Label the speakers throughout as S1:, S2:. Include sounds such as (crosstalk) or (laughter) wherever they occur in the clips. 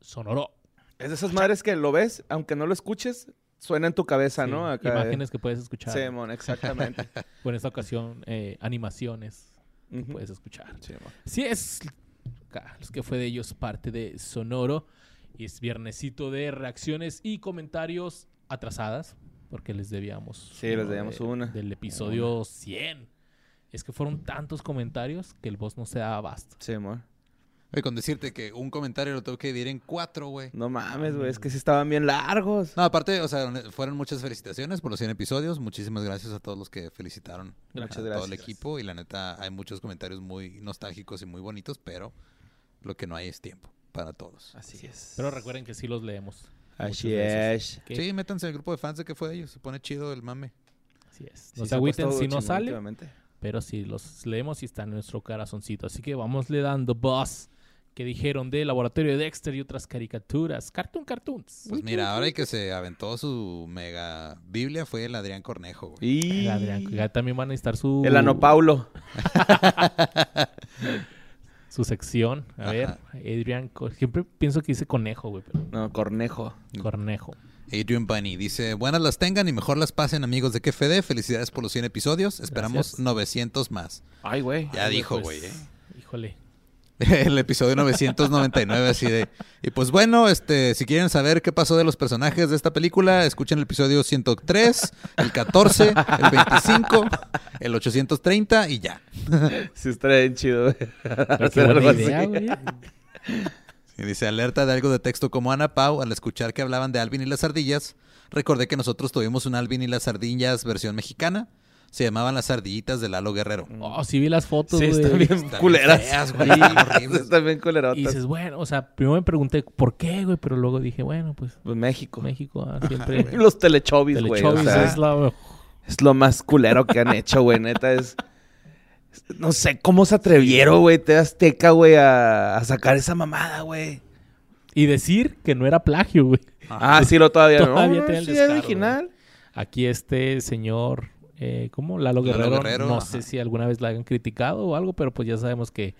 S1: sonoro.
S2: Es de esas madres que lo ves, aunque no lo escuches, suena en tu cabeza,
S1: Sí,
S2: ¿no? Acá,
S1: Imágenes que puedes
S2: eh.
S1: escuchar.
S2: Sí,
S1: (laughs)
S2: mon, exactamente.
S1: Por esta ocasión, eh, animaciones que
S2: Ujú.
S1: puedes escuchar.
S2: Sí, mon.
S1: Sí, es ca- los que fue de ellos parte de Sonoro. Y es viernesito de reacciones y comentarios atrasadas, porque les debíamos.
S2: Sí, les
S1: uno
S2: debíamos
S1: de-
S2: una.
S1: Del episodio 100. Es que fueron tantos comentarios que el boss no se daba abasto.
S2: Sí, mon.
S3: Oye, con decirte que un comentario lo tengo que dividir en cuatro, güey.
S2: No mames, güey, es que sí estaban bien largos.
S3: No, aparte, o sea, fueron muchas felicitaciones por los 100 episodios. Muchísimas gracias a todos los que felicitaron
S2: Muchas
S3: a
S2: gracias.
S3: todo el equipo. Y la neta, hay muchos comentarios muy nostálgicos y muy bonitos, pero lo que no hay es tiempo para todos.
S2: Así es.
S1: Pero recuerden que sí los leemos.
S2: Así
S1: muchas
S2: es.
S1: ¿ok?
S3: Sí, métanse al grupo de fans de que fue de ellos. Se pone chido el mame.
S1: Así es.
S2: Sí,
S1: No
S2: se
S1: se
S2: ha
S1: agüiten
S2: puesto
S1: si no
S2: chingón
S1: sale.
S2: últimamente.
S1: Pero si los leemos y está en nuestro corazoncito. Así que vamosle dando boss. Que dijeron de Laboratorio de Dexter y otras caricaturas. Cartoon Cartoons.
S3: Pues mira, ahora el que se aventó su mega Biblia fue el Adrián Cornejo, güey.
S2: Y...
S1: El Adrián, ya también van a necesitar su,
S2: El Ano Paulo.
S1: su sección. A
S3: Ajá.
S1: ver, Adrián, Co- siempre pienso que dice conejo, güey, pero
S2: No, Cornejo.
S1: cornejo.
S3: Adrian Bunny dice, buenas las tengan y mejor las pasen amigos de KFD. Felicidades por los 100 episodios. Esperamos
S1: Gracias.
S3: 900 más.
S2: Ay, güey.
S3: Ya dijo, güey. ¿eh?
S2: (laughs)
S1: Híjole.
S3: el episodio 999 así de y pues bueno este si quieren saber qué pasó de los personajes de esta película escuchen el episodio 103 el 14 el 25 el 830 y ya
S2: Sí, estaría bien chido, güey.
S1: Pero qué
S2: Hacer
S1: buena
S2: algo así.
S1: idea, güey.
S2: (laughs)
S3: y dice alerta de algo de texto como Ana Pau al escuchar que hablaban de Alvin y las ardillas recordé que nosotros tuvimos un Alvin y las ardillas versión mexicana se llamaban las ardillitas de Lalo Guerrero
S1: Oh, sí vi las fotos,
S2: Sí,
S1: güey.
S2: están bien
S3: Están
S2: culeras.
S3: feas,
S2: (laughs)
S3: güey, horribles.
S2: Están bien
S1: Y
S2: culerotas.
S1: dices, bueno, o sea, primero me pregunté por qué, güey, pero luego dije, bueno, pues
S2: Pues México.
S1: México
S2: (laughs)
S1: ah, siempre...
S2: Y Los Telechovis, güey. o
S1: Telechovis
S2: sea,
S1: es la mejor.
S2: Es lo más culero que han hecho, güey. Neta, es. es- No sé cómo se atrevieron, güey, te Azteca, güey, a, a sacar esa mamada, güey.
S1: Y decir que no era plagio, güey.
S2: Ah, sí, lo todavía, no.
S1: Todavía
S2: no,
S1: tiene el
S2: sí,
S1: descaro,
S2: es original.
S1: Aquí este señor, eh, ¿cómo? Lalo
S3: Lalo
S1: Guerrero.
S3: Guerrero,
S1: no
S3: ajá.
S1: sé si alguna vez la hayan criticado o algo, pero pues ya sabemos que,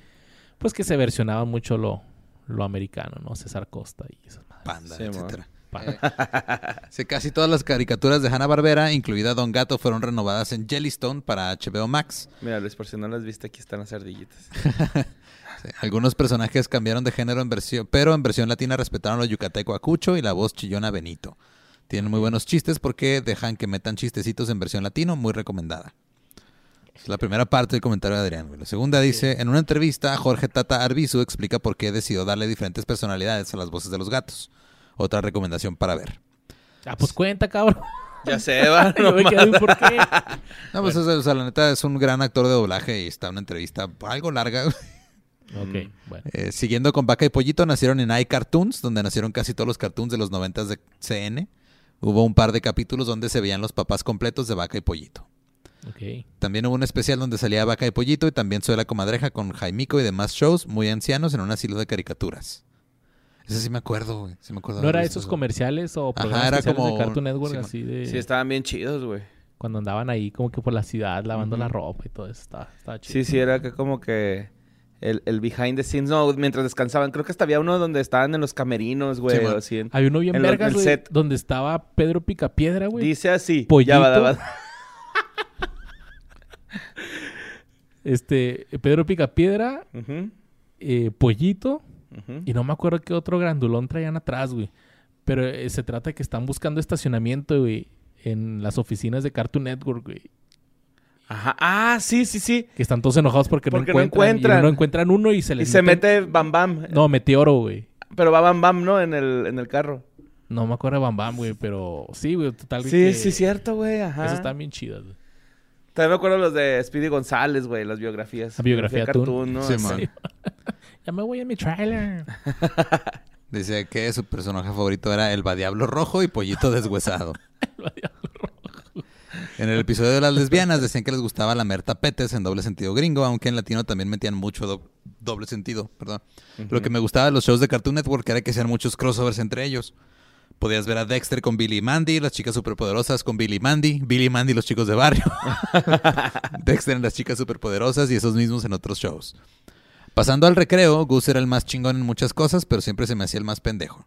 S1: pues que se versionaba mucho lo, lo americano, ¿no? César Costa y esas madres.
S3: panda
S2: Sí, mo.
S3: etcétera
S1: Pa-
S2: eh.
S3: Sí, casi todas las caricaturas de Hanna-Barbera, incluida Don Gato, fueron renovadas en Jellystone para HBO Max.
S2: Mira, Luis, por si no las viste, aquí están
S1: (laughs)
S2: las ardillitas.
S3: Sí, Algunos personajes cambiaron de género, en versión, pero en versión latina respetaron lo yucateco a Cucho y la voz chillona a Benito. Tienen muy buenos chistes porque dejan que metan chistecitos en versión latino, muy recomendada. Es la primera parte del comentario de Adrián. güey. La segunda dice, en una entrevista, Jorge Tata Arbizu explica por qué decidió darle diferentes personalidades a las voces de los gatos. Otra recomendación para ver.
S1: (laughs) Ah, pues cuenta,
S2: (laughs)
S1: cabrón. (laughs)
S2: Ya se va,
S1: Yo me quedé, ¿por
S2: (laughs)
S1: qué?
S3: No, pues o sea, la neta es un gran actor de doblaje y está en una entrevista algo larga. (laughs)
S1: Ok,
S2: Mm.
S1: bueno.
S3: Eh, siguiendo con Vaca y Pollito, nacieron en iCartoons, donde nacieron casi todos los cartoons de los 90 de CN. Hubo un par de capítulos donde se veían los papás completos de Vaca y Pollito.
S1: Ok.
S3: También hubo un especial donde salía Vaca y Pollito y también Soy la Comadreja con Jaimico y demás shows muy ancianos en un asilo de caricaturas. Ese sí me acuerdo, güey. Sí me acuerdo
S1: ¿No
S3: haber
S1: era
S2: este
S3: visto
S1: esos
S3: eso.
S1: comerciales o programas
S3: era
S1: especiales
S3: como
S1: de Cartoon
S3: un-
S1: Network
S3: Simón.
S1: así de...
S2: Sí, estaban bien chidos, güey.
S1: Cuando andaban ahí como que por la ciudad lavando
S2: Ujú.
S1: la ropa y todo eso. Estaba, estaba chido.
S2: Sí, sí, era que como que el, el behind the scenes, no, mientras descansaban. Creo que hasta había uno donde estaban en los camerinos, güey.
S3: Sí,
S2: o
S3: man.
S2: así en-
S1: Había uno bien
S2: En lo-
S1: vergas,
S2: el
S1: güey,
S2: set.
S1: donde estaba Pedro Picapiedra, güey.
S2: Dice así.
S1: Pollito.
S2: Ya va, va.
S1: Este, Pedro Picapiedra,
S2: Ujú,
S1: eh, Pollito...
S2: ujú.
S1: Y no me acuerdo qué otro grandulón traían atrás, güey. Pero eh, se trata de que están buscando estacionamiento, güey, en las oficinas de Cartoon Network, güey.
S2: Ajá. Ah, sí, sí, sí.
S1: Que están todos enojados porque,
S2: Porque
S1: no
S2: no
S1: encuentran.
S2: encuentran.
S1: Y no encuentran uno y se
S2: Y
S1: les
S2: se
S1: meten-
S2: mete Bam Bam. eh,
S1: No, Meteoro, güey.
S2: Pero va Bam Bam, ¿no? En el, en el carro.
S1: No me acuerdo de Bam Bam, güey, pero sí, güey, total.
S2: Sí,
S1: que
S2: sí, cierto, güey. Ajá.
S1: Esos están bien chidas, güey.
S2: También me acuerdo los de Speedy González, güey, las biografías.
S1: La biografía
S2: de
S1: Toon.
S2: cartoon, ¿no?
S3: Sí, man.
S1: (laughs) Ya me voy a mi trailer.
S3: Dice que su personaje favorito era el Diablo Rojo y Pollito Deshuesado. En el episodio de las lesbianas decían que les gustaba lamer tapetes en doble sentido gringo, aunque en latino también metían mucho do- doble sentido, perdón. Lo que me gustaba de los shows de Cartoon Network era que hacían muchos crossovers entre ellos. Podías ver a Dexter con Billy y Mandy, las chicas superpoderosas con Billy y Mandy, Billy y Mandy y los chicos de barrio, Dexter en las chicas superpoderosas y esos mismos en otros shows. Pasando al recreo, Gus era el más chingón en muchas cosas, pero siempre se me hacía el más pendejo.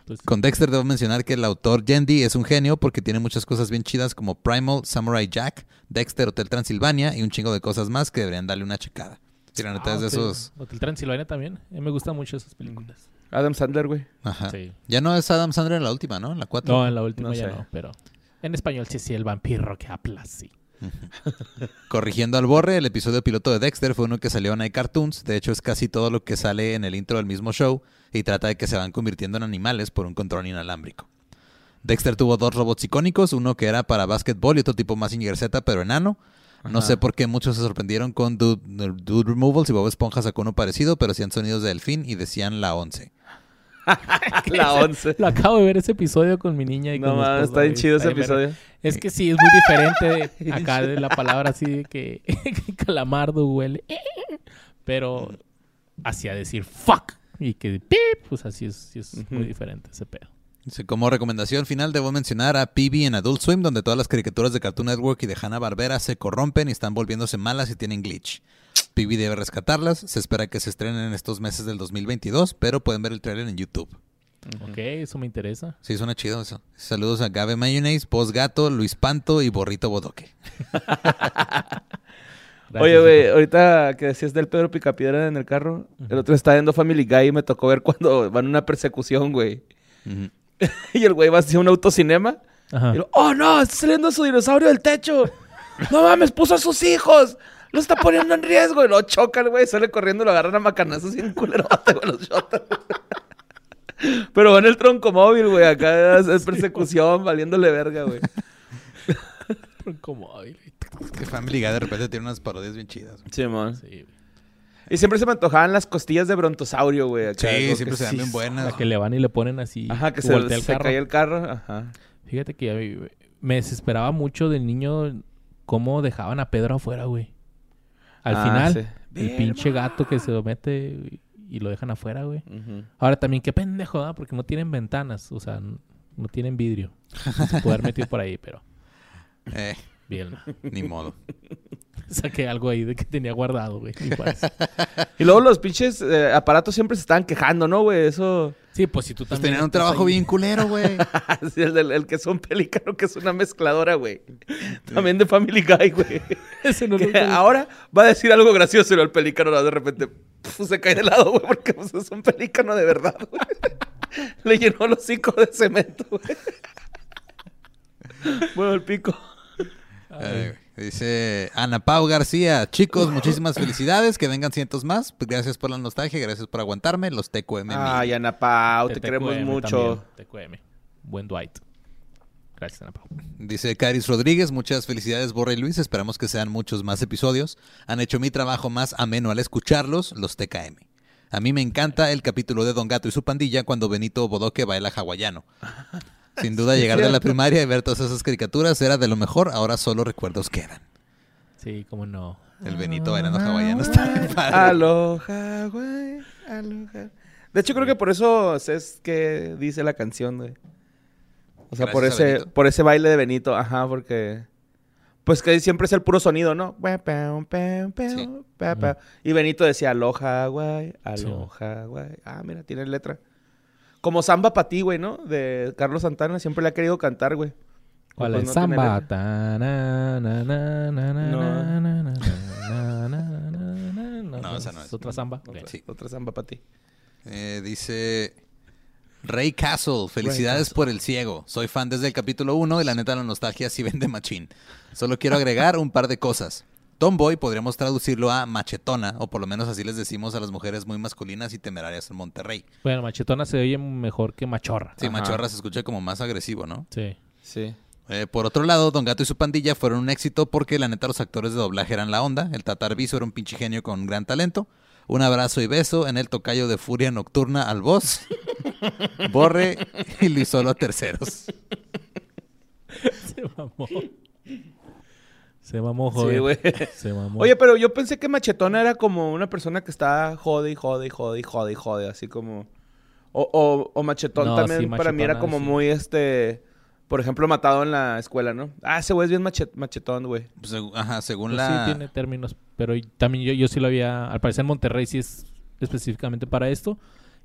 S1: Entonces,
S3: Con Dexter debo mencionar que el autor Yendi es un genio porque tiene muchas cosas bien chidas como Primal, Samurai Jack, Dexter, Hotel Transilvania y un chingo de cosas más que deberían darle una checada. Si la neta
S1: ah,
S3: es de
S1: Hotel-
S3: esos...
S1: Hotel Transilvania también. A mí me gustan mucho esas películas.
S2: Adam
S1: (laughs)
S2: Sandler, güey. (laughs)
S3: Ajá.
S1: Sí.
S3: Ya no es Adam Sandler en la última, ¿no? En la cuatro.
S1: No, en la última
S2: No
S1: ya
S2: sé.
S1: no, pero en español sí, sí, el vampiro que habla así.
S3: Corrigiendo al borre, el episodio piloto de Dexter fue uno que salió en iCartoons. De hecho, es casi todo lo que sale en el intro del mismo show y trata de que se van convirtiendo en animales por un control inalámbrico. Dexter tuvo dos robots icónicos, uno que era para básquetbol y otro tipo más Z, pero enano. No
S2: Ajá.
S3: sé por qué muchos se sorprendieron con Dude, Dude Removals y Bob Esponja sacó uno parecido, pero hacían sonidos de delfín y decían la 11.
S2: La 11.
S1: (laughs) Lo acabo de ver ese episodio con mi niña. Y
S2: No
S1: con mi esposa,
S2: mames, está bien
S1: güey,
S2: chido ese
S1: bien verga.
S2: episodio.
S1: Es que sí, es muy diferente
S2: (laughs)
S1: de- acá de la palabra así de que (laughs) calamardo huele. (laughs) Pero hacia decir fuck y que pip, pues así es, sí es muy
S2: Ujú.
S1: diferente ese pedo.
S3: Dice, Como recomendación final debo mencionar a PB en Adult Swim, donde todas las caricaturas de Cartoon Network y de Hanna-Barbera se corrompen y están volviéndose malas y tienen glitch. PB debe rescatarlas, se espera que se estrenen en estos meses del 2022, pero pueden ver el trailer en YouTube.
S1: Ok, eso me interesa.
S3: Sí, suena chido eso. Saludos a Gabe Mayonnaise, Pos Gato, Luis Panto y Borrito Bodoque.
S1: Gracias,
S2: Oye,
S1: hijo.
S2: güey, ahorita que decías del Pedro Picapiedra en el carro, el otro está viendo Family Guy y me tocó ver cuando van a una persecución, güey. (laughs) Y el güey va hacia un autocinema.
S1: Ajá.
S2: Y lo, oh, no, está saliendo su dinosaurio del techo. No mames, puso a sus hijos. Lo está poniendo en riesgo. Y lo choca el güey, sale corriendo, lo agarran a macanazos y un culero güey, los shotan. Pero va en el tronco móvil, güey. Acá es, es persecución, valiéndole verga, güey.
S1: Como, ay, güey.
S3: Que Family Guy de repente tiene unas parodias bien chidas.
S2: Sí, man.
S1: Sí, güey.
S2: Y siempre se me antojaban las costillas de brontosaurio, güey. acá, como
S3: Sí,
S2: que
S3: siempre se dan
S2: sí
S3: bien buenas.
S1: La que le van y le ponen así.
S2: Ajá, que
S1: y
S2: se,
S1: voltea el
S2: se
S1: carro.
S2: cae el carro. Ajá.
S1: Fíjate que a mí me desesperaba mucho del niño cómo dejaban a Pedro afuera, güey. Al
S2: Ah,
S1: final,
S2: sí.
S1: el pinche gato que se lo mete güey, y lo dejan afuera, güey. Ahora también, qué pendejo, ¿verdad? Porque no tienen ventanas, o sea, n- no tienen vidrio. Se puede haber metido por ahí, pero
S3: Eh,
S1: bien. ¿no? (laughs)
S3: ni modo.
S1: Saqué algo ahí de que tenía guardado, güey. pues, ni parece.
S2: Y luego los pinches eh, aparatos siempre se estaban quejando, ¿no, güey? Eso.
S1: Sí, pues si tú
S3: Pues
S1: también.
S3: tenían un
S1: estás
S3: trabajo
S1: ahí-
S3: bien culero, güey.
S2: (laughs) Así, el, del- el que es un pelícano, que es una mezcladora, güey. También de Family Guy, güey.
S1: (laughs) Ese
S3: (laughs)
S1: no lo
S2: Que
S3: Ah,
S1: entendí.
S2: ahora va a decir algo gracioso, pero el pelícano de repente puf, se cae de lado, güey, porque pues, es un pelícano de verdad, güey. (laughs) Le llenó los hocico de cemento, güey. Bueno, el pico.
S3: Ay, güey. Dice Ana Pau García, chicos, muchísimas felicidades, que vengan cientos más. Gracias por la nostalgia, gracias por aguantarme, los TQM.
S2: Ay, Ana Pau, te, queremos
S1: TQM
S2: mucho.
S1: también, TQM. Buen Dwight. Gracias, Ana Pau.
S3: Dice Caris Rodríguez, muchas felicidades Borre y Luis, esperamos que sean muchos más episodios. Han hecho mi trabajo más ameno al escucharlos, los TKM. A mí me encanta el capítulo de Don Gato y su pandilla cuando Benito Bodoque baila hawaiano. Sin duda llegar de la primaria y ver todas esas caricaturas era de lo mejor, ahora solo recuerdos quedan.
S1: Sí, cómo no. Ah,
S3: El Benito bailando hawaiano está bien padre.
S2: Aloha, güey. Aloha. De hecho, creo que por eso es que dice la canción, güey. O sea,
S3: Gracias
S2: por
S3: a
S2: ese,
S3: Benito.
S2: por ese baile de Benito, ajá, porque. Pues que siempre es el puro sonido, ¿no? Pe, pe, pe, pe,
S3: Sí.
S2: pe, pe.
S1: Ujú.
S2: Y Benito decía aloha, güey,
S1: Sí.
S2: aloha, güey. Ah, mira, tiene letra. Como Samba para ti, güey, ¿no? De Carlos Santana, siempre le ha querido cantar, güey.
S1: ¿Cuál
S2: Pues
S1: es?
S2: no tiene
S1: Samba.
S2: letra.
S1: Ta, na, na, na, na, na,
S2: No.
S1: na, na, na, na, na, na, na, na.
S3: No, esa no es.
S1: ¿Otra samba?
S2: Otra,
S3: Sí.
S2: otra Samba para ti.
S3: Eh, dice Ray Castle, felicidades por el ciego. Soy fan desde el capítulo 1 y la neta la nostalgia sí vende machín. Solo quiero agregar un par de cosas. Tomboy podríamos traducirlo a machetona, o por lo menos así les decimos a las mujeres muy masculinas y temerarias en Monterrey.
S1: Bueno, machetona se oye mejor que machorra.
S3: Sí,
S2: Ajá.
S3: machorra se escucha como más agresivo, ¿no?
S1: Sí.
S2: Sí.
S3: Eh, por otro lado, Don Gato y su pandilla fueron un éxito porque la neta los actores de doblaje eran la onda. El Tatar Biso era un pinche genio con gran talento. Un abrazo y beso en el tocayo de Furia Nocturna
S1: (laughs)
S3: al boss, Borre y Luis Solo a terceros.
S1: Se mamó. Se mamó, joven.
S2: Sí, güey.
S1: (laughs) Se mamó.
S2: Oye, pero yo pensé que machetona era como una persona que está jode y jode y jode y jode y jode, así como... O, o, o machetón
S1: No,
S2: también
S1: sí,
S2: para mí era
S1: machetona,
S2: como
S1: sí.
S2: muy, este... Por ejemplo, matado en la escuela, ¿no? Ah, ese güey es bien mache- machetón, güey.
S3: Segu- Ajá, según
S1: Pues
S3: la...
S1: Sí, tiene términos Pero también yo, yo sí lo había, al parecer Monterrey sí es específicamente para esto.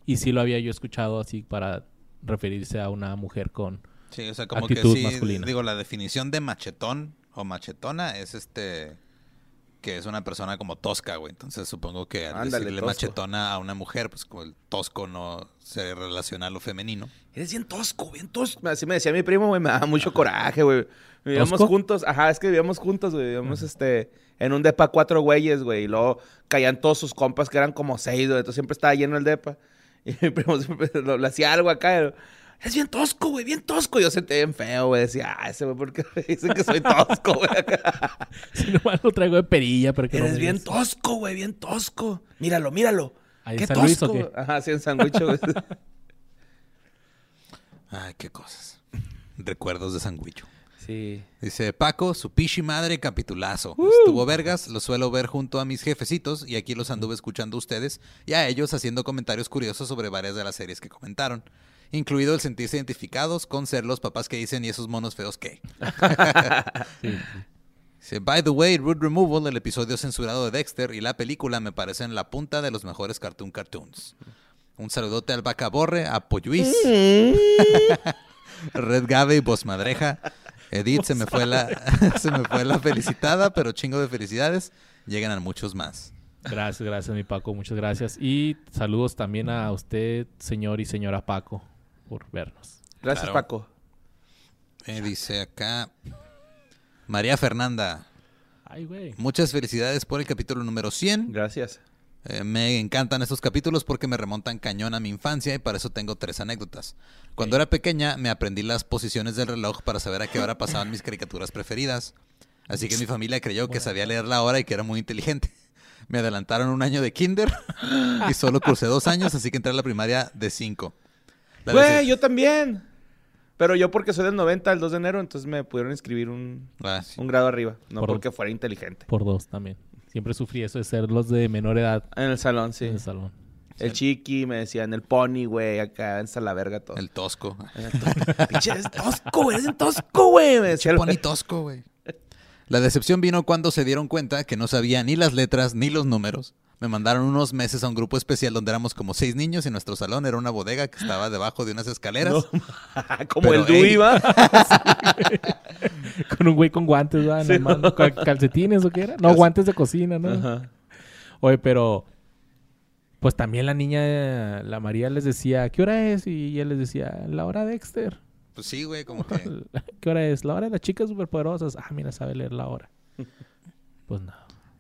S1: Y sí lo había yo escuchado así para referirse a una mujer con...
S3: Sí, o sea, como
S1: Actitud
S3: que sí,
S1: masculina.
S3: digo, la definición de machetón o machetona es este que es una persona como tosca, güey. Entonces supongo que al
S2: Ándale,
S3: decirle
S2: tosco.
S3: machetona a una mujer, pues como el tosco no se relaciona a lo femenino.
S2: Eres bien tosco, bien tosco. Así me decía mi primo, güey, me daba mucho coraje, güey. Vivíamos
S1: ¿Tosco?
S2: juntos, ajá, es que vivíamos juntos, güey. Vivíamos, este, en un depa cuatro güeyes, güey. Y luego caían todos sus compas que eran como seis, güey. Entonces siempre estaba lleno el depa. (laughs) Y mi primo siempre (laughs) lo- le hacía algo acá. y, Es bien tosco, güey, bien tosco. Y yo sentía bien feo, güey. Decía, ah, ese güey, ¿por qué me dicen que soy tosco, güey? (laughs) acá?"
S1: Si nomás lo traigo de perilla, pero que no
S2: Eres
S1: me
S2: bien
S1: digas.
S2: tosco, güey, bien tosco. Míralo, míralo.
S1: ¿Ahí en San Luis o qué?
S2: güey. Ajá, sí, en San Luis, güey.
S3: Ay, qué cosas. Recuerdos de sandwicho.
S2: (laughs) sí.
S3: Dice Paco, su pichi madre capitulazo. Estuvo vergas, lo suelo ver junto a mis jefecitos y aquí los anduve escuchando a ustedes y a ellos haciendo comentarios curiosos sobre varias de las series que comentaron. Incluido el sentirse identificados con ser los papás que dicen y esos monos feos que. Dice, By the way, Root Removal, el episodio censurado de Dexter y la película me parecen la punta de los mejores cartoon cartoons. Un saludote al Bacaborre, a Poyuis, (laughs) Red Gabe y Bosmadreja. Edith, se me, fue la, (laughs) se me fue la felicitada, pero chingo de felicidades. Llegan a muchos más.
S1: Gracias, gracias, mi Paco. Muchas gracias. Y saludos también a usted, señor y señora Paco, por vernos.
S2: Gracias,
S3: Claro.
S2: Paco.
S3: Eh, dice acá María Fernanda.
S1: Ay, güey.
S3: Muchas felicidades por el capítulo número 100.
S2: Gracias.
S3: Eh, me encantan estos capítulos porque me remontan cañón a mi infancia y para eso tengo tres anécdotas. Cuando era pequeña me aprendí las posiciones del reloj para saber a qué hora pasaban mis caricaturas preferidas. Así que mi familia creyó que sabía leer la hora y que era muy inteligente. (laughs) Me adelantaron un año
S2: (laughs)
S3: de kinder y solo cursé dos años, así que entré a la primaria de cinco. La
S2: Güey,
S3: lic-
S2: yo también. Pero yo porque soy del 90, el 2 de enero, entonces me pudieron inscribir un,
S3: Ah, sí.
S2: un grado arriba. No
S1: Por-
S2: porque fuera inteligente.
S1: Por dos también. Siempre sufrí eso de ser los de menor edad
S2: En el salón, sí.
S1: en el salón.
S2: El chiqui, me decían, el pony, güey, acá en la verga todo.
S3: El tosco.
S2: En el to- (laughs) Pinche, eres tosco, güey, eres un tosco, güey. Me decía el
S3: Pony
S2: (laughs)
S3: tosco, güey. La decepción vino cuando se dieron cuenta que no sabía ni las letras ni los números. Me mandaron unos meses a un grupo especial donde éramos como seis niños y nuestro salón era una bodega que estaba debajo de unas escaleras.
S2: No, Ah, Como
S3: Pero,
S2: el Dewey,
S3: ey.
S2: va.
S1: Con un güey con guantes, ¿verdad?
S2: Sí.
S1: Nomás, ¿no? Con calcetines o qué era. No,
S3: Calce-
S1: guantes de cocina, ¿no?
S2: (laughs) Ajá.
S1: Oye, pero. Pues también la niña, la María les decía, ¿qué hora es? Y ella les decía, la hora de Dexter.
S3: Pues sí, güey,
S2: (laughs)
S3: como
S1: Eh.
S3: que...
S1: (laughs) ¿Qué hora es? La hora de las chicas superpoderosas. Ah, mira, sabe leer la (laughs) hora. Pues no.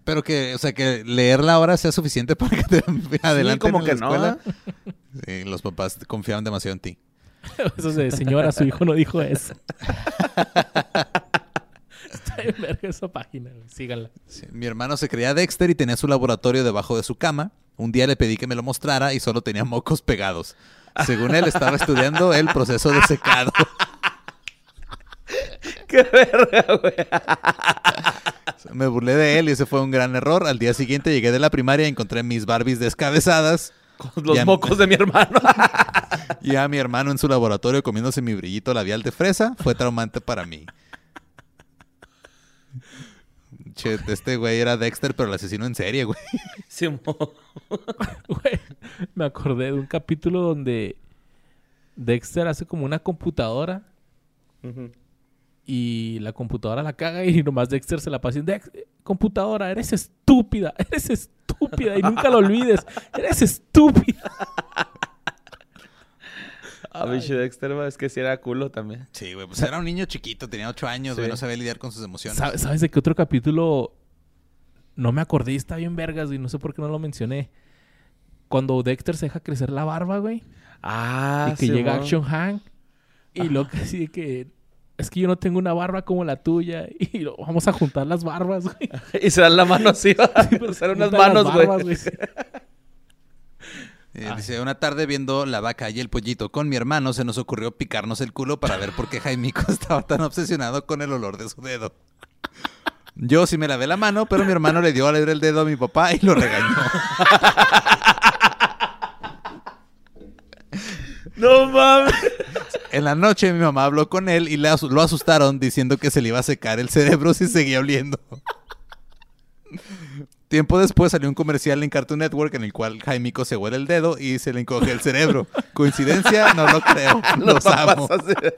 S3: Pero que, o sea, que leer la hora sea suficiente para que te (laughs) adelante
S2: como
S3: en
S2: que
S3: la
S2: no, ¿eh?
S3: escuela. Sí, los papás confiaban demasiado en ti.
S1: (laughs) Eso es de señora, su hijo no dijo eso. Está en verga esa página, güey. síganla.
S3: Sí, Mi hermano se creía Dexter y tenía su laboratorio debajo de su cama. Un día le pedí que me lo mostrara y solo tenía mocos pegados. Según él, estaba estudiando el proceso de secado.
S2: (laughs) Qué verga, güey.
S3: Me burlé de él y ese fue un gran error. Al día siguiente llegué de la primaria y encontré mis Barbies descabezadas
S2: Con los
S3: Ya-
S2: mocos de mi
S3: (laughs)
S2: hermano. (laughs)
S3: y a mi hermano en su laboratorio comiéndose mi brillito labial de fresa. Fue traumante para mí. Che, este güey era Dexter, pero el asesino en serie, güey.
S2: Sí, mo.
S1: Güey, me acordé de un capítulo donde Dexter hace como una computadora
S2: Ujú.
S1: y la computadora la caga y nomás Dexter se la pasa diciendo, "Dex, computadora, eres estúpida, eres estúpida y nunca lo olvides, eres estúpida.
S2: Ah, bicho Dexter, va, es que sí era culo también.
S3: Sí, güey. Pues era un niño chiquito, tenía ocho años,
S2: Sí.
S3: güey. No sabía lidiar con sus emociones.
S1: ¿Sabes, sabes de qué otro capítulo? No me acordé y está bien vergas y no sé por qué no lo mencioné. Cuando Dexter se deja crecer la barba, güey.
S2: Ah,
S1: y que
S2: sí,
S1: llega
S2: mo.
S1: Action Hank y lo que así de que es que yo no tengo una barba como la tuya (laughs) y lo, vamos a juntar las barbas,
S2: (laughs)
S1: güey.
S2: Y se dan la mano así, va. (laughs) Se dan
S1: pues, Juntan
S2: unas
S1: las
S2: manos, güey.
S1: barbas, Sí.
S3: Eh,
S1: Ay.
S3: dice, una tarde viendo la vaca y el pollito con mi hermano, se nos ocurrió picarnos el culo para ver por qué Jaimico (laughs) estaba tan obsesionado con el olor de su dedo. Yo sí me lavé la mano, pero mi hermano le dio a leer el dedo a mi papá y lo regañó.
S2: No mames.
S1: (laughs)
S3: En la noche mi mamá habló con él y le asu- lo asustaron diciendo que se le iba a secar el cerebro si seguía oliendo. Tiempo después salió un comercial en Cartoon Network en el cual Jaimico se huele el dedo y se le encoge el cerebro. ¿Coincidencia? No lo creo.
S2: Los
S3: Los
S2: papás
S3: amo.
S2: así de,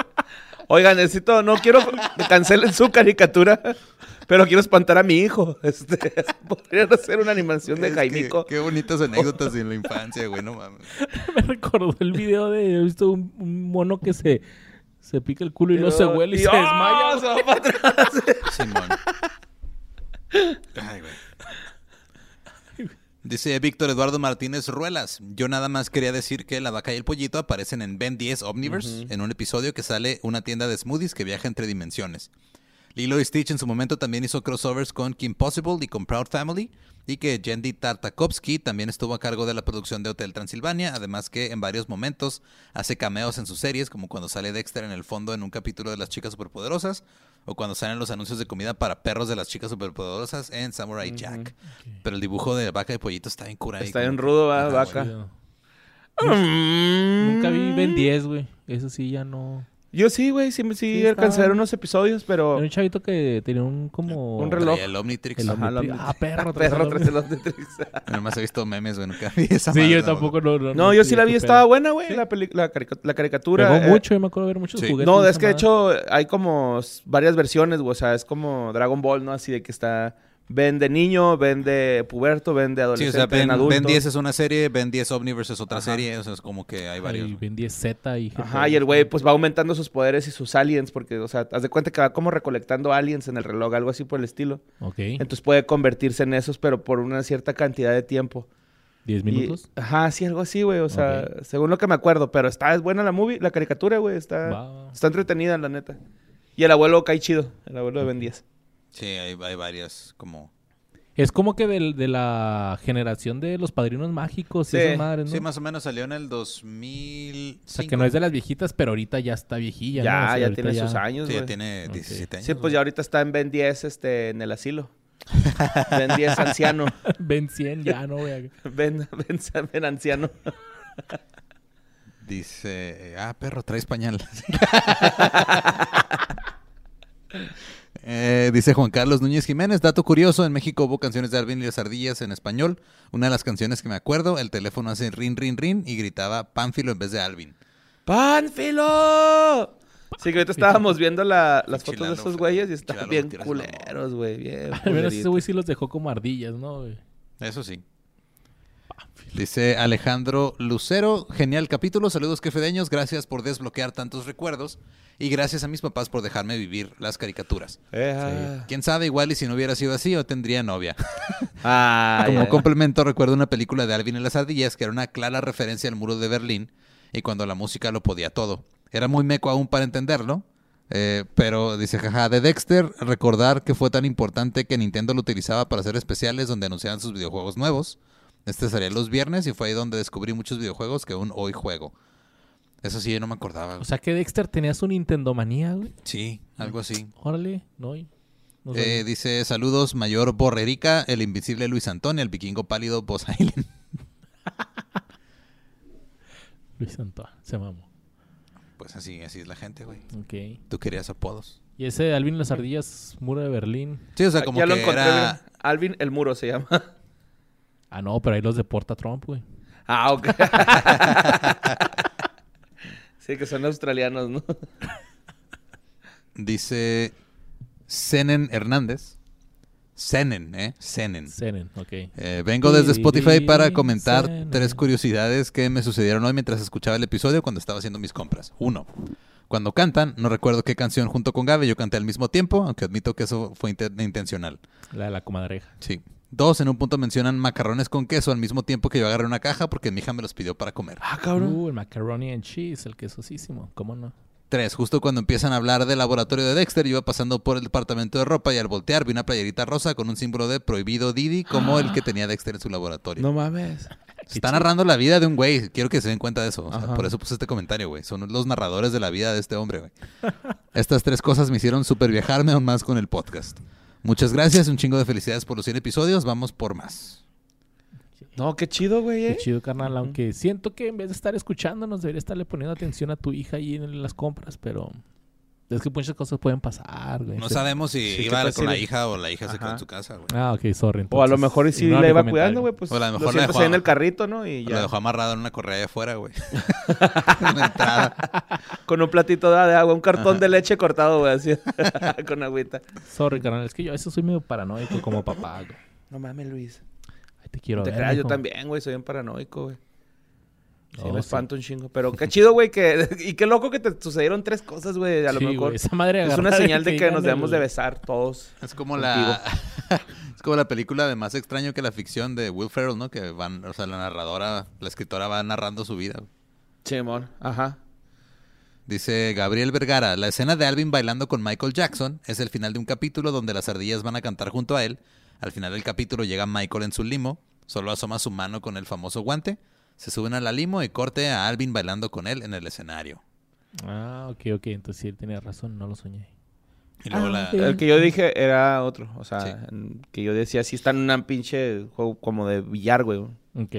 S2: Oigan, necesito, no quiero que cancelen su caricatura, pero quiero espantar a mi hijo. Este, (laughs) podrían hacer una animación de
S3: Es que-
S2: Jaimico.
S3: Qué bonitas
S2: (laughs)
S3: anécdotas en la infancia, güey, no mames.
S1: (laughs) Me recordó el video de he visto un, un mono que se, se pica el culo y no se huele y se
S2: ¡Ah!
S1: desmaya.
S2: Se va para atrás.
S3: Simón. Ay, güey. Dice Víctor Eduardo Martínez Ruelas. Yo nada más quería decir que la vaca y el pollito aparecen en Ben 10 Omniverse, en un episodio que sale una tienda de smoothies que viaja entre dimensiones. Lilo y Stitch en su momento también hizo crossovers con Kim Possible y con Proud Family, y que Jendy Tartakovsky también estuvo a cargo de la producción de Hotel Transilvania, además que en varios momentos hace cameos en sus series, como cuando sale Dexter en el fondo en un capítulo de Las Chicas Superpoderosas, o cuando salen los anuncios de comida para perros de Las Chicas Superpoderosas en Samurai Jack. Pero el dibujo de Vaca y Pollito está bien curado.
S2: Está bien rudo, va,
S3: Ajá,
S2: vaca.
S3: güey.
S1: Chido. Ah. Nunca
S2: Mm.
S1: vi Ben 10, güey. Eso sí, ya no.
S2: Yo sí, güey, sí, sí,
S1: Sí, está-
S2: alcancé a ver unos episodios, pero...
S1: Era un chavito que tenía un como.
S2: Oh. Un reloj.
S3: Traía el Omnitrix.
S1: El
S3: Yo
S2: Ajá, la-
S1: Omnitri- Ah,
S2: (laughs)
S1: perro, tras
S2: perro
S1: el
S2: tras el Omnitrix.
S3: Nomás he visto memes, güey, nunca vi esa
S1: Sí,
S3: madre,
S1: yo
S3: la
S1: tampoco
S3: verdad.
S1: no.
S2: No, yo sí la vi, estaba
S1: buena.
S2: buena, güey, la, peli- la, carica- la caricatura.
S1: Pegó
S2: eh,
S1: mucho, yo me acuerdo de ver muchos
S3: sí.
S1: juguetes.
S2: No,
S1: de
S2: es que de
S1: esa madre.
S2: hecho eh, hay como s- varias versiones, güey. O sea, es como Dragon Ball, ¿no? Así de que está. Ven de niño, ven de puberto, ven de
S3: Sí, o
S2: adolescente,
S3: sea,
S2: ven
S3: ben,
S2: adulto.
S3: Ben 10 es una serie, Ben 10 Omniverse es otra
S2: Ajá.
S3: serie, o sea, es como que hay varios.
S1: Y Ben 10 Z y.
S2: Ajá, y el güey pues va aumentando sus poderes y sus aliens, porque, o sea, haz de cuenta que va como recolectando aliens en el reloj, algo así por el estilo.
S1: Ok.
S2: Entonces puede convertirse en esos, pero por una cierta cantidad de tiempo.
S1: 10
S2: Y-
S1: minutos.
S2: ajá, sí, algo así, güey. O sea,
S1: Ok.
S2: según lo que me acuerdo, pero está, es buena la movie, la caricatura, güey. Está,
S1: Va.
S2: está entretenida, la neta. Y el abuelo cae chido, el abuelo de Ben 10.
S3: Sí, hay, hay varias como...
S1: Es como que del- de, la generación de los padrinos mágicos
S2: Sí,
S1: y esas madres, Pues ¿no?
S3: Sí, más o menos salió en el 2005.
S1: O sea, que no es de las viejitas, pero ahorita ya está viejilla.
S2: Ya,
S1: ¿no? O
S2: ya,
S1: sea, ahorita
S2: tiene sus años,
S3: Sí,
S2: güey.
S3: ya tiene
S1: Ok.
S3: 17 años.
S2: Sí, pues ya ahorita está en Ben 10 este, en el asilo. Ben 10 anciano. (laughs)
S1: (laughs) Ben 100, ya no, güey.
S2: Ben, ben, Ben anciano.
S3: Dice, eh, ah, perro, traes pañal. Eh, dice Juan Carlos Núñez Jiménez, dato curioso, en México hubo canciones de Alvin y las Ardillas en español. Una de las canciones que me acuerdo, el teléfono hace rin, rin, rin y gritaba Pánfilo en vez de Alvin.
S2: ¡Pánfilo! Sí, que ahorita estábamos viendo la- las fotos
S3: Chilano,
S2: de esos
S3: Fer.
S2: güeyes y están
S3: Chilano,
S2: bien
S3: tiras
S2: culeros, güey. Bien
S1: (laughs) Al menos ese güey
S2: culeritos.
S1: sí los dejó como ardillas, ¿no? güey?
S3: Eso sí. Dice Alejandro Lucero, genial capítulo, saludos quefedeños, gracias por desbloquear tantos recuerdos y gracias a mis papás por dejarme vivir las caricaturas.
S2: Eh, ah.
S3: Quién sabe, igual y si no hubiera sido así, yo tendría novia.
S2: Ah,
S3: Como
S2: ya, ya.
S3: complemento, recuerdo una película de Alvin y las Ardillas que era una clara referencia al muro de Berlín y cuando la música lo podía todo. Era muy meco aún para entenderlo, eh, pero dice, jaja, de Dexter, recordar que fue tan importante que Nintendo lo utilizaba para hacer especiales donde anunciaban sus videojuegos nuevos. Este salía los viernes y fue ahí donde descubrí muchos videojuegos que aún hoy juego. Eso sí, yo no me
S2: Ah.
S3: acordaba.
S1: O sea que Dexter tenía su Nintendo manía, güey.
S3: Sí, algo así.
S1: Órale, no. y- no
S3: Eh,
S1: sabía.
S3: dice, saludos, mayor Borrerica, el invisible Luis Antonio, el vikingo pálido Boss Island.
S1: Luis Antoine, se mamó.
S3: (laughs) Pues así, así es la gente, güey.
S1: Ok. Y
S3: Tú querías apodos.
S1: ese de Alvin y las ardillas, muro de Berlín.
S3: Sí, o sea, como
S2: Ah, ya
S3: que
S2: lo encontré.
S3: era...
S2: mira. Alvin el Muro se
S3: (laughs)
S2: llama.
S1: Ah, no, pero ahí los deporta Trump, güey.
S2: Ah, ok. (laughs) sí, que son australianos, ¿no?
S3: Dice Zenen Hernández. Zenen, ¿eh?
S2: Mm.
S3: Zenen.
S1: Seren, ok.
S3: Eh, vengo desde Spotify para comentar
S1: Zenen.
S3: tres curiosidades que me sucedieron hoy mientras escuchaba el episodio cuando estaba haciendo mis compras. Uno, cuando cantan, no recuerdo qué canción junto con Gabe yo canté al mismo tiempo, aunque admito que eso fue inte- intencional.
S1: La de la comadreja.
S3: Sí. Dos, en un punto mencionan macarrones con queso al mismo tiempo que yo agarré una caja porque mi hija me los pidió para comer.
S2: Ah,
S1: Uh, el macaroni and cheese, el quesosísimo. ¿Cómo no?
S3: Tres, justo cuando empiezan a hablar del laboratorio de Dexter, yo iba pasando por el departamento de ropa y al voltear vi una playerita rosa con un símbolo de prohibido Didi como el que tenía Dexter en su laboratorio.
S2: No mames.
S3: Se está narrando la vida de un güey, quiero que se den cuenta de eso. o sea,
S2: Ajá.
S3: por eso puse este comentario, güey. Son los narradores de la vida de este hombre, güey. (laughs) Estas tres cosas me hicieron super viajarme aún más con el podcast. Muchas gracias, un chingo de felicidades por los 100 episodios, vamos por más.
S2: No, qué chido, güey.
S1: Qué
S2: ¿eh?
S1: chido, carnal.
S2: Ujú.
S1: Aunque siento que en vez de estar escuchándonos, debería estarle poniendo atención a tu hija ahí en las compras, pero Es que muchas cosas pueden pasar, güey.
S3: No
S1: Sí.
S3: sabemos si
S2: Este, ¿qué
S3: iba
S2: tal
S3: con
S2: si
S3: la
S2: le-
S3: hija o la hija se quedó en
S2: Ajá.
S3: su casa, güey.
S1: Ah, ok, sorry.
S2: O a lo
S1: entonces,
S2: mejor y sí
S1: ignora
S2: la
S1: mi
S2: iba
S1: comentario.
S2: cuidando, güey. Pues
S3: O a lo mejor la
S2: sientas
S3: dejó
S2: ahí
S3: a-
S2: en el carrito, ¿no? Y
S3: La
S2: ya.
S3: dejó amarrada en una correa de
S2: (laughs)
S3: afuera, güey. (laughs) en la entrada.
S2: Con un platito de de agua, un cartón de leche cortado, güey,
S3: (laughs)
S2: así. (laughs) con agüita.
S1: Sorry, carnal. Es que yo a veces soy medio paranoico como papá, güey.
S2: No mames, Luis.
S1: Ay, te quiero
S2: No te
S1: ver,
S2: creas, yo
S1: mijo.
S2: también, güey. Soy bien paranoico, güey. Sí,
S1: Oh,
S2: me espanto un chingo. Pero qué chido, güey. Que... (laughs) Y qué loco que te sucedieron tres cosas, güey. A lo
S1: Sí,
S2: mejor
S1: güey, esa madre
S2: es una
S1: agarrada
S2: señal de que
S1: digan
S2: nos debemos de
S1: el-
S2: besar todos.
S3: Es como la... (laughs) es como la película de Más Extraño que la Ficción de Will Ferrell, ¿no? Que van... O sea, la narradora, la escritora va narrando su vida, güey.
S2: Chimón. Ajá.
S3: Dice Gabriel Vergara, la escena de Alvin bailando con Michael Jackson es el final de un capítulo donde las ardillas van a cantar junto a él. Al final del capítulo llega Michael en su limo, solo asoma su mano con el famoso guante, se suben a la limo y corte a Alvin bailando con él en el escenario.
S1: Ah, ok, ok. Entonces sí, él tenía razón. No lo soñé.
S3: Y luego
S1: Ah,
S3: la-
S1: ok.
S2: El que yo dije era otro. O sea,
S3: Sí.
S2: en- que yo decía, sí está en un pinche juego como de billar, güey.
S1: Ok.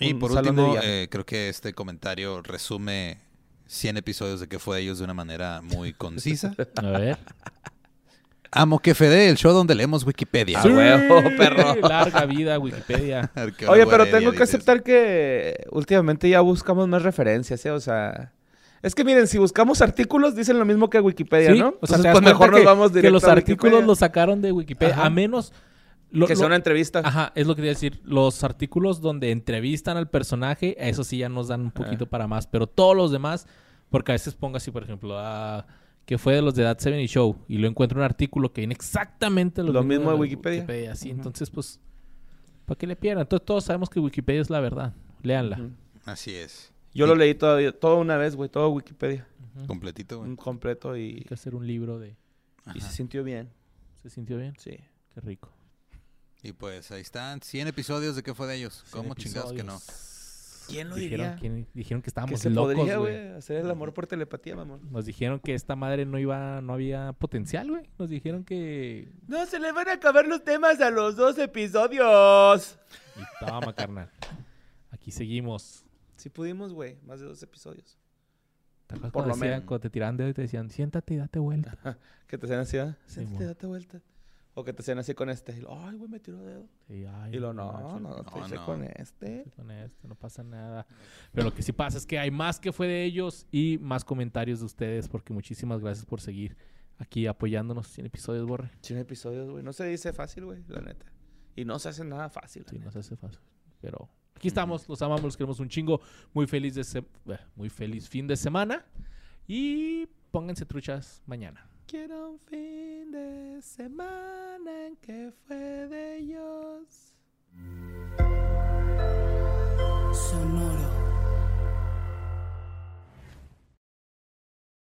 S3: Y
S2: un
S3: por
S2: salón de
S3: último,
S2: billar.
S3: eh, creo que este comentario resume 100 episodios de que fue de ellos de una manera muy concisa.
S1: A
S2: (laughs)
S1: ver.
S3: (laughs) Amo que Fede, el show donde leemos Wikipedia.
S2: Ah, Sí. huevo, perro.
S1: (laughs) Larga vida, Wikipedia.
S3: A ver qué
S2: Oye,
S3: hora
S2: pero
S3: Heredia
S2: tengo que
S3: dice eso.
S2: aceptar que últimamente ya buscamos más referencias, ¿eh? O sea... Es que miren, si buscamos artículos, dicen lo mismo que Wikipedia,
S1: Sí,
S2: ¿no?
S1: O sea,
S2: Entonces,
S1: te das
S2: pues,
S1: cuenta
S2: mejor
S1: que,
S2: nos vamos
S1: que
S2: directo
S1: los
S2: a
S1: artículos
S2: Wikipedia,
S1: los sacaron de Wikipedia.
S2: Ajá.
S1: A menos... lo-
S2: que
S1: lo-
S2: sea una entrevista.
S1: Ajá, es lo que quería decir. Los artículos donde entrevistan al personaje, eso sí ya nos dan un poquito
S2: Ah.
S1: para más. Pero todos los demás, porque a veces pongo así, por ejemplo, ah, que fue de los de That 70 Show, y lo encuentro un artículo que viene exactamente lo,
S2: Lo mismo de
S1: la
S2: Wikipedia.
S1: sí, entonces, pues, ¿para qué le pierdan? Entonces, todos sabemos que Wikipedia es la verdad. Léanla.
S2: Ujú.
S3: Así es.
S2: Yo lo leí todavía, todo una vez, güey, todo Wikipedia.
S3: Completito, güey.
S2: Un completo
S1: Hay
S2: y,
S1: que hacer un libro de.
S2: y se
S3: Ajá.
S2: sintió bien.
S1: ¿Se sintió bien?
S2: Sí.
S1: Qué rico.
S3: Y pues ahí están 100 episodios de qué fue de ellos. ¿Cómo chingados que no?
S2: ¿ Quién lo
S1: Dijeron,
S2: diría?
S1: quién- dijeron que
S2: Que
S1: estábamos
S2: se
S1: locos,
S2: podría,
S1: güey.
S2: güey, hacer el amor por telepatía, mamón.
S1: Nos dijeron que esta madre no iba, no había potencial, güey. Nos dijeron que
S2: No, se le van a acabar los temas a los dos episodios.
S1: Y toma, carnal. Aquí seguimos.
S2: Sí pudimos, güey, más de dos episodios.
S1: ¿Te acuerdas
S2: Por
S1: cuando,
S2: lo
S1: decían-
S2: menos.
S1: cuando te tiraban dedo y te decían, siéntate y date vuelta?
S2: Que te hacían así, ¿verdad?
S1: Sí,
S2: Siéntate,
S1: mo.
S2: date vuelta. O que te hacían así con este. Y lo, Ay, güey, me tiró dedo.
S1: Sí, ay,
S2: Y lo, no, no,
S1: manches,
S2: no, te
S3: no,
S2: hice
S3: no.
S2: con este.
S1: estoy con esto, no pasa nada. Pero lo que sí pasa es que hay más que fue de ellos y más comentarios de ustedes, porque muchísimas gracias por seguir aquí apoyándonos en episodios, Borre.
S2: 100 episodios, güey. No se dice fácil, güey, la neta. Y no se hace nada fácil. la
S1: Sí, nos
S2: neta.
S1: hace fácil. Pero aquí estamos, los amamos, los queremos un chingo. Muy feliz, de se- eh, muy feliz fin de semana. Y pónganse truchas mañana.
S2: Quiero un fin de semana en que fue